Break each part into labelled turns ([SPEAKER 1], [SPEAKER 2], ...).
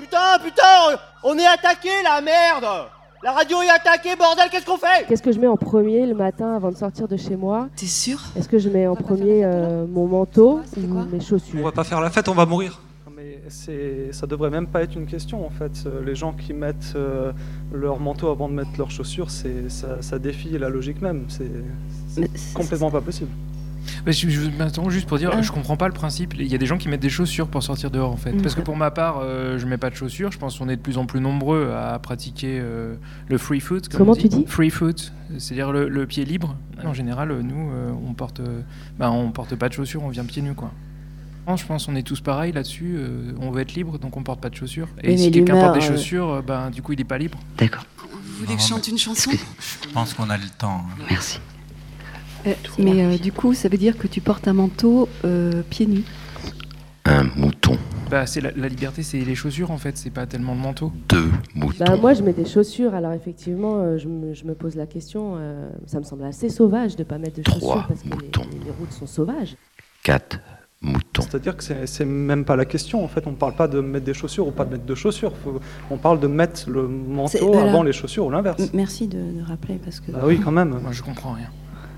[SPEAKER 1] putain, putain, on, on est attaqué la merde La radio est attaquée, bordel, qu'est-ce qu'on fait
[SPEAKER 2] Qu'est-ce que je mets en premier le matin avant de sortir de chez moi
[SPEAKER 3] T'es sûr
[SPEAKER 2] Est-ce que je mets en
[SPEAKER 3] bah,
[SPEAKER 2] premier euh, mon manteau
[SPEAKER 3] Ah, c'était
[SPEAKER 2] ou
[SPEAKER 3] quoi
[SPEAKER 2] mes
[SPEAKER 4] On
[SPEAKER 2] chaussures
[SPEAKER 4] va pas faire la fête, on va mourir.
[SPEAKER 5] Non, Mais c'est, ça devrait même pas être une question en fait. Euh, Les gens qui mettent euh, leur manteau avant de mettre leurs chaussures, c'est, ça, ça défie la logique même. C'est, c'est
[SPEAKER 3] Mais c'est-
[SPEAKER 5] complètement pas possible.
[SPEAKER 6] Mais je, je m'attends juste pour dire,
[SPEAKER 3] Ah.
[SPEAKER 6] je comprends pas le principe. Il y a des gens qui mettent des chaussures pour sortir dehors en fait.
[SPEAKER 3] Mm.
[SPEAKER 6] Parce que pour ma part, euh, je mets pas de chaussures. Je pense qu'on est de plus en plus nombreux à pratiquer euh, le free foot. Comme
[SPEAKER 2] Comment
[SPEAKER 6] on dit.
[SPEAKER 2] tu dis
[SPEAKER 6] Free foot, c'est-à-dire le, le pied libre. En général, euh, nous, euh, on porte, euh, bah, on porte pas de chaussures, on vient pieds nus quoi. Non, Je pense on est tous pareils là-dessus. euh, on veut être libre, donc on porte pas de chaussures. Et
[SPEAKER 3] Oui, mais
[SPEAKER 6] si quelqu'un
[SPEAKER 3] l'humeur,
[SPEAKER 6] porte des
[SPEAKER 3] euh,
[SPEAKER 6] chaussures, euh, ben, du coup, il est pas libre.
[SPEAKER 7] D'accord.
[SPEAKER 3] Vous voulez que je chante une chanson
[SPEAKER 4] Je pense qu'on a le temps.
[SPEAKER 7] Merci.
[SPEAKER 8] Euh, mais euh, du coup, ça veut dire que tu portes un manteau euh, pieds nus.
[SPEAKER 7] Un mouton,
[SPEAKER 6] Bah, c'est la, la liberté, c'est les chaussures en fait. C'est pas tellement le manteau.
[SPEAKER 7] deux moutons.
[SPEAKER 2] Bah, moi, je mets des chaussures, alors effectivement, euh, je me, je me pose la question. euh, ça me semble assez sauvage de pas mettre de
[SPEAKER 7] Trois
[SPEAKER 2] chaussures parce que
[SPEAKER 7] moutons.
[SPEAKER 2] les, les routes sont sauvages.
[SPEAKER 7] Quatre moutons.
[SPEAKER 5] C'est-à-dire que c'est, c'est même pas la question en fait. On parle pas de mettre des chaussures ou pas de mettre de chaussures. Faut- on parle de mettre le
[SPEAKER 3] C'est- Mm.
[SPEAKER 5] manteau
[SPEAKER 3] voilà.
[SPEAKER 5] avant les chaussures ou l'inverse.
[SPEAKER 3] M- Merci de, de rappeler parce que.
[SPEAKER 5] Bah oui, quand même.
[SPEAKER 6] Moi, je comprends rien.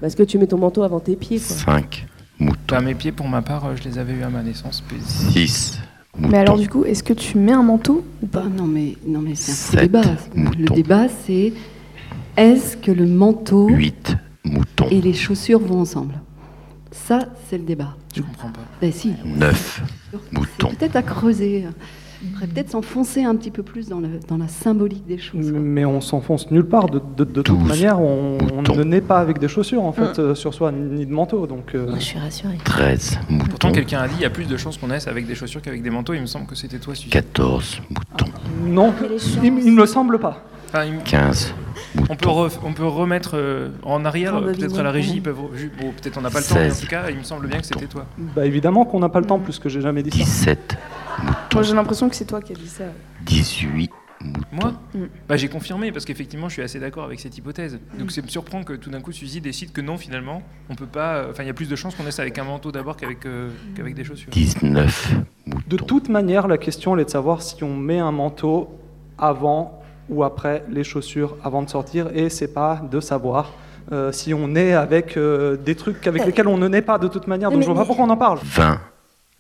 [SPEAKER 2] Parce que tu mets ton manteau avant tes pieds, quoi.
[SPEAKER 7] Cinq moutons.
[SPEAKER 6] Bah, mes pieds, pour ma part, euh, je les avais eu à ma naissance. puis-
[SPEAKER 7] Six moutons.
[SPEAKER 9] Mais alors du coup, est-ce que tu mets un manteau ou pas
[SPEAKER 8] non, mais, non, mais c'est un faux
[SPEAKER 7] Sept
[SPEAKER 8] débat.
[SPEAKER 7] moutons.
[SPEAKER 8] Le débat, c'est est-ce que le manteau
[SPEAKER 7] Huit moutons.
[SPEAKER 8] et les chaussures vont ensemble Ça, c'est le débat.
[SPEAKER 6] Je comprends pas.
[SPEAKER 8] Ben si,
[SPEAKER 7] Neuf
[SPEAKER 8] c'est
[SPEAKER 7] moutons.
[SPEAKER 8] peut-être à creuser. Il faudrait peut-être s'enfoncer un petit peu plus dans, le- dans la symbolique des choses. quoi.
[SPEAKER 5] Mais on s'enfonce nulle part. De, de- de toute
[SPEAKER 7] Douze
[SPEAKER 5] manière, on, on
[SPEAKER 7] moutons.
[SPEAKER 5] ne naît pas avec des chaussures en fait euh, sur soi, ni de manteau. Donc euh,
[SPEAKER 3] Mm. je suis rassurée.
[SPEAKER 7] Treize
[SPEAKER 6] Pourtant,
[SPEAKER 7] moutons.
[SPEAKER 6] quelqu'un a dit il y a plus de chances qu'on naisse avec des chaussures qu'avec des manteaux. Il me semble que c'était toi, Suzy.
[SPEAKER 7] Quatorze moutons.
[SPEAKER 5] non,
[SPEAKER 3] Mais les chances.
[SPEAKER 5] il, il me semble pas.
[SPEAKER 6] Enfin, il-
[SPEAKER 7] Quinze
[SPEAKER 6] on, peut
[SPEAKER 7] moutons.
[SPEAKER 6] ref- on peut remettre euh, en arrière, euh,
[SPEAKER 3] Rembobiner,
[SPEAKER 6] peut-être à la régie.
[SPEAKER 3] ouais.
[SPEAKER 6] ils peuvent- ju- Bon, peut-être on n'a pas le temps, mais en tout cas, il me semble bien que c'était toi.
[SPEAKER 5] Bah évidemment qu'on n'a pas le temps plus que j'ai jamais dit ça.
[SPEAKER 7] Dix-sept
[SPEAKER 9] Moi,
[SPEAKER 7] moutons.
[SPEAKER 9] j'ai l'impression que c'est toi qui as dit ça.
[SPEAKER 7] Dix-huit moutons.
[SPEAKER 6] Moi
[SPEAKER 9] Mm.
[SPEAKER 6] bah, J'ai confirmé, parce qu'effectivement, je suis assez d'accord avec cette hypothèse. Donc, ça me surprend que tout d'un coup, Suzy décide que non, finalement, on peut pas. euh, Enfin, il y a plus de chances qu'on naisse avec un manteau d'abord qu'avec euh, qu'avec des chaussures.
[SPEAKER 7] Dix-neuf
[SPEAKER 5] De
[SPEAKER 7] moutons.
[SPEAKER 5] toute manière, la question elle est de savoir si on met un manteau avant ou après les chaussures avant de sortir, et c'est pas de savoir euh, si on est avec euh, des trucs avec
[SPEAKER 3] Euh,
[SPEAKER 5] lesquels on ne naît pas de toute manière. Donc
[SPEAKER 3] mais-
[SPEAKER 5] je vois pas
[SPEAKER 3] mais-
[SPEAKER 5] pourquoi on en parle.
[SPEAKER 7] Vingt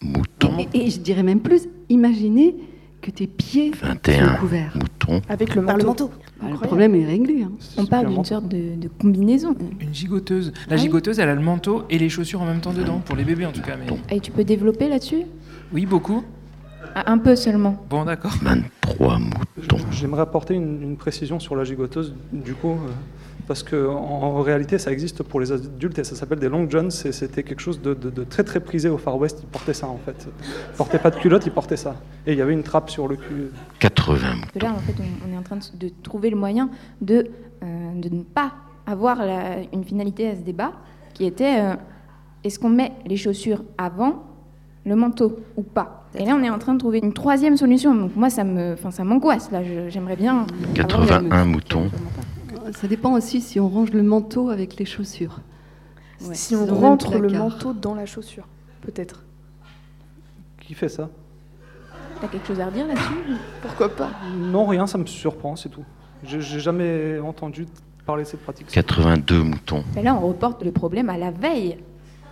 [SPEAKER 7] moutons.
[SPEAKER 8] Et, et je dirais même plus, imaginez que tes pieds sont
[SPEAKER 7] 21
[SPEAKER 8] couverts.
[SPEAKER 7] moutons.
[SPEAKER 9] Avec le
[SPEAKER 3] Par le
[SPEAKER 9] manteau.
[SPEAKER 3] manteau.
[SPEAKER 8] Ah, le
[SPEAKER 9] Incroyable.
[SPEAKER 8] problème est réglé. hein.
[SPEAKER 5] C'est
[SPEAKER 10] On parle
[SPEAKER 5] super
[SPEAKER 10] d'une
[SPEAKER 5] mental.
[SPEAKER 10] sorte de, de combinaison.
[SPEAKER 6] Une gigoteuse. La
[SPEAKER 10] Ah oui
[SPEAKER 6] gigoteuse, elle a le manteau et les chaussures en même temps dedans, pour les bébés en tout cas. Mais...
[SPEAKER 10] Et tu peux développer là-dessus
[SPEAKER 6] Oui, beaucoup.
[SPEAKER 10] Ah, Un peu seulement.
[SPEAKER 6] Bon, d'accord.
[SPEAKER 7] 23 moutons.
[SPEAKER 5] J'aimerais apporter une, une précision sur la gigoteuse, du coup, euh, parce que en, en réalité, ça existe pour les adultes et ça s'appelle des long johns. et C'était quelque chose de, de- de très très prisé au Far West. Ils portaient ça en fait. Ils portaient pas de culotte, ils portaient ça. Et il y avait une trappe sur le cul.
[SPEAKER 7] 80 moutons.
[SPEAKER 10] Parce que là, en fait, on, on est en train de, s- de trouver le moyen de, euh, de ne pas avoir la- une finalité à ce débat qui était euh, est-ce qu'on met les chaussures avant le manteau ou pas Et là, on est en train de trouver une troisième solution. Donc moi, ça me, enfin, ça m'angoisse. Là, Je- j'aimerais bien. avoir le-
[SPEAKER 7] 81 moutons.
[SPEAKER 8] Ça dépend aussi si on range le manteau avec les chaussures. Ouais,
[SPEAKER 9] Si
[SPEAKER 8] c'est
[SPEAKER 9] on
[SPEAKER 8] dans le
[SPEAKER 9] rentre le
[SPEAKER 8] placard.
[SPEAKER 9] manteau dans la chaussure, peut-être.
[SPEAKER 5] Qui fait ça
[SPEAKER 10] T'as quelque chose à redire là-dessus
[SPEAKER 9] Pourquoi pas
[SPEAKER 5] Non, rien, ça me surprend, c'est tout. J'ai j'ai jamais entendu parler de cette pratique.
[SPEAKER 7] 82 moutons.
[SPEAKER 10] Mais là, on reporte le problème à la veille.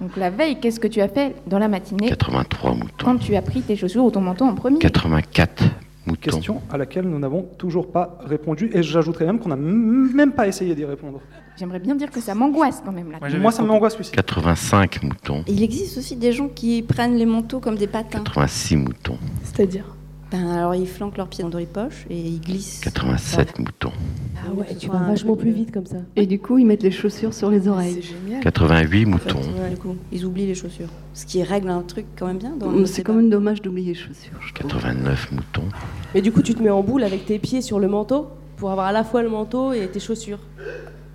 [SPEAKER 10] Donc la veille, qu'est-ce que tu as fait dans la matinée
[SPEAKER 7] 83 moutons.
[SPEAKER 10] quand tu as pris tes chaussures ou ton manteau en premier
[SPEAKER 7] 84 moutons.
[SPEAKER 5] Question à laquelle nous n'avons toujours pas répondu, et j'ajouterais même qu'on n'a m- même pas essayé d'y répondre.
[SPEAKER 10] J'aimerais bien dire que ça m'angoisse quand même là.
[SPEAKER 6] Moi, j'avais
[SPEAKER 5] Moi, ça
[SPEAKER 6] propo-
[SPEAKER 5] m'angoisse aussi.
[SPEAKER 7] 85 moutons.
[SPEAKER 3] Il existe aussi des gens qui prennent les manteaux comme des patins.
[SPEAKER 7] 86 moutons.
[SPEAKER 9] C'est-à-dire
[SPEAKER 3] Ben, alors ils flanquent leurs pieds dans les poches et ils glissent.
[SPEAKER 7] 87 moutons.
[SPEAKER 3] Ah
[SPEAKER 2] ouais, tu vas vachement plus vite comme ça.
[SPEAKER 8] Et du coup, ils mettent les chaussures sur les
[SPEAKER 9] C'est
[SPEAKER 8] oreilles.
[SPEAKER 9] génial.
[SPEAKER 7] 88
[SPEAKER 3] En fait,
[SPEAKER 7] moutons.
[SPEAKER 3] ouais, du coup, ils oublient les chaussures. Ce qui règle un truc quand même bien dans
[SPEAKER 8] Hum,
[SPEAKER 3] le
[SPEAKER 8] C'est
[SPEAKER 3] débat.
[SPEAKER 8] quand même dommage d'oublier les chaussures. je trouve.
[SPEAKER 7] 89 moutons.
[SPEAKER 2] Mais du coup, tu te mets en boule avec tes pieds sur le manteau pour avoir à la fois le manteau et tes chaussures.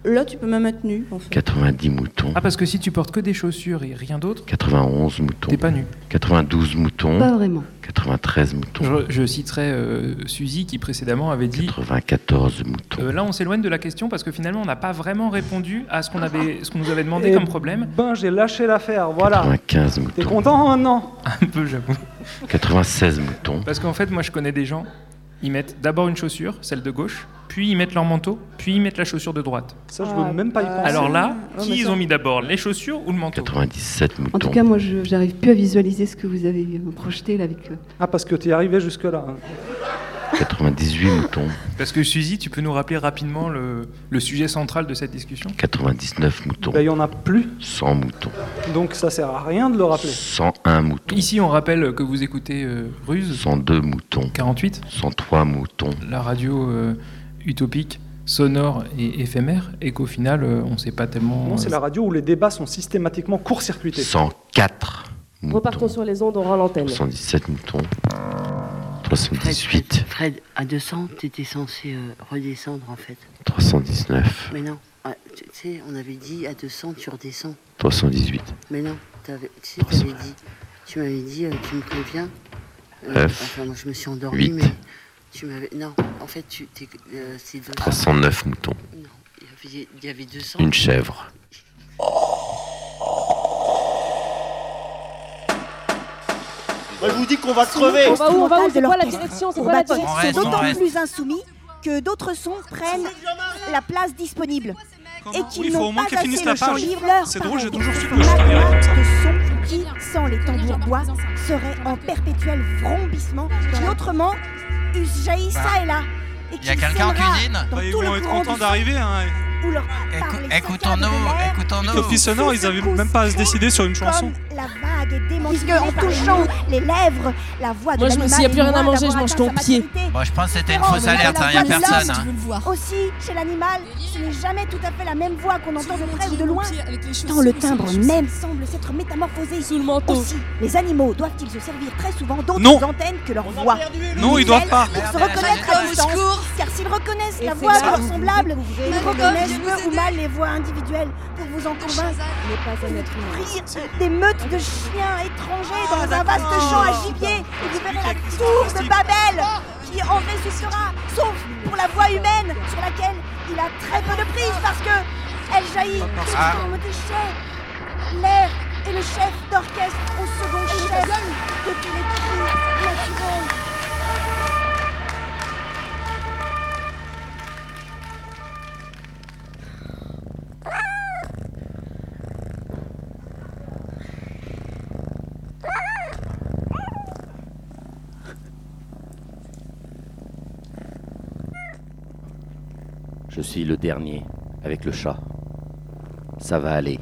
[SPEAKER 3] Là, tu peux même être nu, en fait.
[SPEAKER 7] 90 moutons.
[SPEAKER 6] Ah, parce que si tu portes que des chaussures et rien d'autre,
[SPEAKER 7] 91
[SPEAKER 6] t'es
[SPEAKER 7] moutons.
[SPEAKER 6] pas nu.
[SPEAKER 7] 92 moutons.
[SPEAKER 3] Bah.
[SPEAKER 8] Pas vraiment.
[SPEAKER 7] 93 moutons.
[SPEAKER 6] Je, je citerai euh, Suzy qui précédemment avait dit
[SPEAKER 7] 94 moutons.
[SPEAKER 6] euh, là on s'éloigne de la question parce que finalement on n'a pas vraiment répondu à ce qu'on avait, ce qu'on nous avait demandé
[SPEAKER 5] Eh
[SPEAKER 6] comme problème.
[SPEAKER 5] Ben, j'ai lâché l'affaire, voilà.
[SPEAKER 7] 95
[SPEAKER 5] T'es hein
[SPEAKER 7] moutons.
[SPEAKER 5] content maintenant
[SPEAKER 6] Un peu j'avoue.
[SPEAKER 7] 96 moutons.
[SPEAKER 5] Bah,
[SPEAKER 6] Parce qu'en fait moi je connais des gens Ils mettent d'abord une chaussure, celle de gauche, puis ils mettent leur manteau, puis ils mettent la chaussure de droite.
[SPEAKER 5] Ça, je
[SPEAKER 9] Ah,
[SPEAKER 5] veux même pas y
[SPEAKER 9] bah,
[SPEAKER 5] penser.
[SPEAKER 6] Alors là,
[SPEAKER 3] ouais, mais
[SPEAKER 6] qui ils
[SPEAKER 3] ça-
[SPEAKER 6] ont mis d'abord, les chaussures ou le manteau
[SPEAKER 7] 97 moutons.
[SPEAKER 8] En tout cas, moi, je j'arrive plus à visualiser ce que vous avez euh, projeté là avec. euh,
[SPEAKER 5] Ah, parce que tu es arrivé jusque-là. hein.
[SPEAKER 7] 98 moutons.
[SPEAKER 6] Parce que Suzy, tu peux nous rappeler rapidement le, le sujet central de cette discussion
[SPEAKER 7] 99 moutons.
[SPEAKER 5] Ben, Il y en a plus,
[SPEAKER 7] 100 moutons.
[SPEAKER 5] donc ça sert à rien de le rappeler.
[SPEAKER 7] 101 moutons.
[SPEAKER 6] Ici, on rappelle que vous écoutez euh, Ruse
[SPEAKER 7] 102 moutons.
[SPEAKER 6] 48,
[SPEAKER 7] 103 moutons.
[SPEAKER 6] la radio euh, utopique, sonore et éphémère, et qu'au final, euh, on ne sait pas tellement.
[SPEAKER 5] Non, c'est la radio où les débats sont systématiquement court-circuités.
[SPEAKER 7] 104
[SPEAKER 2] Repartons
[SPEAKER 7] moutons.
[SPEAKER 2] sur les ondes, on rend l'antenne.
[SPEAKER 7] 117 moutons. 318.
[SPEAKER 11] Fred, à 200, t'étais censé euh, redescendre en fait.
[SPEAKER 7] 319.
[SPEAKER 11] Mais non. Ah, tu tu sais, on avait dit à 200, tu redescends.
[SPEAKER 7] 318.
[SPEAKER 11] Mais non. t'avais- Tu sais, t'avais dit. Tu m'avais dit, euh, tu me conviens. Euh,
[SPEAKER 7] Neuf.
[SPEAKER 11] enfin, moi, je me suis endormie,
[SPEAKER 7] Huit.
[SPEAKER 11] mais. Tu m'avais. Non, en fait, tu. t'es- euh, c'est 200.
[SPEAKER 7] 309 moutons.
[SPEAKER 11] Non, il y avait- il y avait 200.
[SPEAKER 7] Une chèvre.
[SPEAKER 1] Moi, Bah, je vous dis qu'on va crever.
[SPEAKER 2] On va Bah où On va où C'est quoi la direction C'est quoi la direction
[SPEAKER 4] On reste, on reste.
[SPEAKER 11] insoumis que d'autres sons prennent la place disponible.
[SPEAKER 4] Comment Oui, il faut au moins qu'elle finisse la page. C'est drôle, j'ai toujours su que je
[SPEAKER 11] son qui, sans les tambours bois, serait en perpétuel vrombissement, qui autrement eussent jailli ça et là. Et
[SPEAKER 4] Bah, Il y a quelqu'un en cuisine
[SPEAKER 11] dans
[SPEAKER 4] Ils
[SPEAKER 11] tout
[SPEAKER 4] vont
[SPEAKER 11] le
[SPEAKER 4] être
[SPEAKER 11] courant
[SPEAKER 4] contents
[SPEAKER 11] du
[SPEAKER 4] d'arriver. Hein.
[SPEAKER 11] où leur
[SPEAKER 4] Écoutons-nous, écoutons-nous.
[SPEAKER 11] sonore, ils avaient même pas à se décider
[SPEAKER 5] sur une
[SPEAKER 11] comme la vague est démentie en touchant les lèvres, la voix de
[SPEAKER 2] Moi, je me-
[SPEAKER 11] l'animal
[SPEAKER 2] s'il y a
[SPEAKER 11] est
[SPEAKER 2] plus rien à
[SPEAKER 11] loin
[SPEAKER 2] manger, je
[SPEAKER 11] d'avoir
[SPEAKER 2] mange
[SPEAKER 11] atteint
[SPEAKER 2] ton
[SPEAKER 11] sa
[SPEAKER 2] pied.
[SPEAKER 11] maturité.
[SPEAKER 4] Bon, je pense que c'était une
[SPEAKER 11] Oh,
[SPEAKER 4] fausse
[SPEAKER 11] mais
[SPEAKER 4] alerte,
[SPEAKER 11] la
[SPEAKER 4] il n'y a
[SPEAKER 11] voix de l'homme,
[SPEAKER 4] personne. hein.
[SPEAKER 11] Aussi, chez l'animal, ce n'est jamais tout à fait la même voix qu'on entend de près ou de loin, tant le timbre même semble s'être métamorphosé.
[SPEAKER 2] Sous le manteau.
[SPEAKER 11] Aussi, les animaux doivent-ils se servir très souvent
[SPEAKER 4] Non.
[SPEAKER 11] d'autres antennes que leur
[SPEAKER 1] On a
[SPEAKER 11] voix
[SPEAKER 1] perdu Elodie.
[SPEAKER 4] Non, ils doivent pas.
[SPEAKER 11] pour se reconnaître à distance, car s'ils reconnaissent la voix de leurs semblables, ils reconnaissent mieux ou mal les voix individuelles. Pour vous en convaincre, n'est pas un être des meutes de chiens étrangers dans un vaste champ à gibier, et vous verrez la tour de Babel qui en ressuscitera, sauf pour la voix humaine sur laquelle il a très peu de prise parce que elle jaillit sous
[SPEAKER 4] Ah.
[SPEAKER 11] forme de chais. L'air est le chef d'orchestre au second chef de tous les cris naturels. Je suis le dernier, avec le chat. Ça va aller.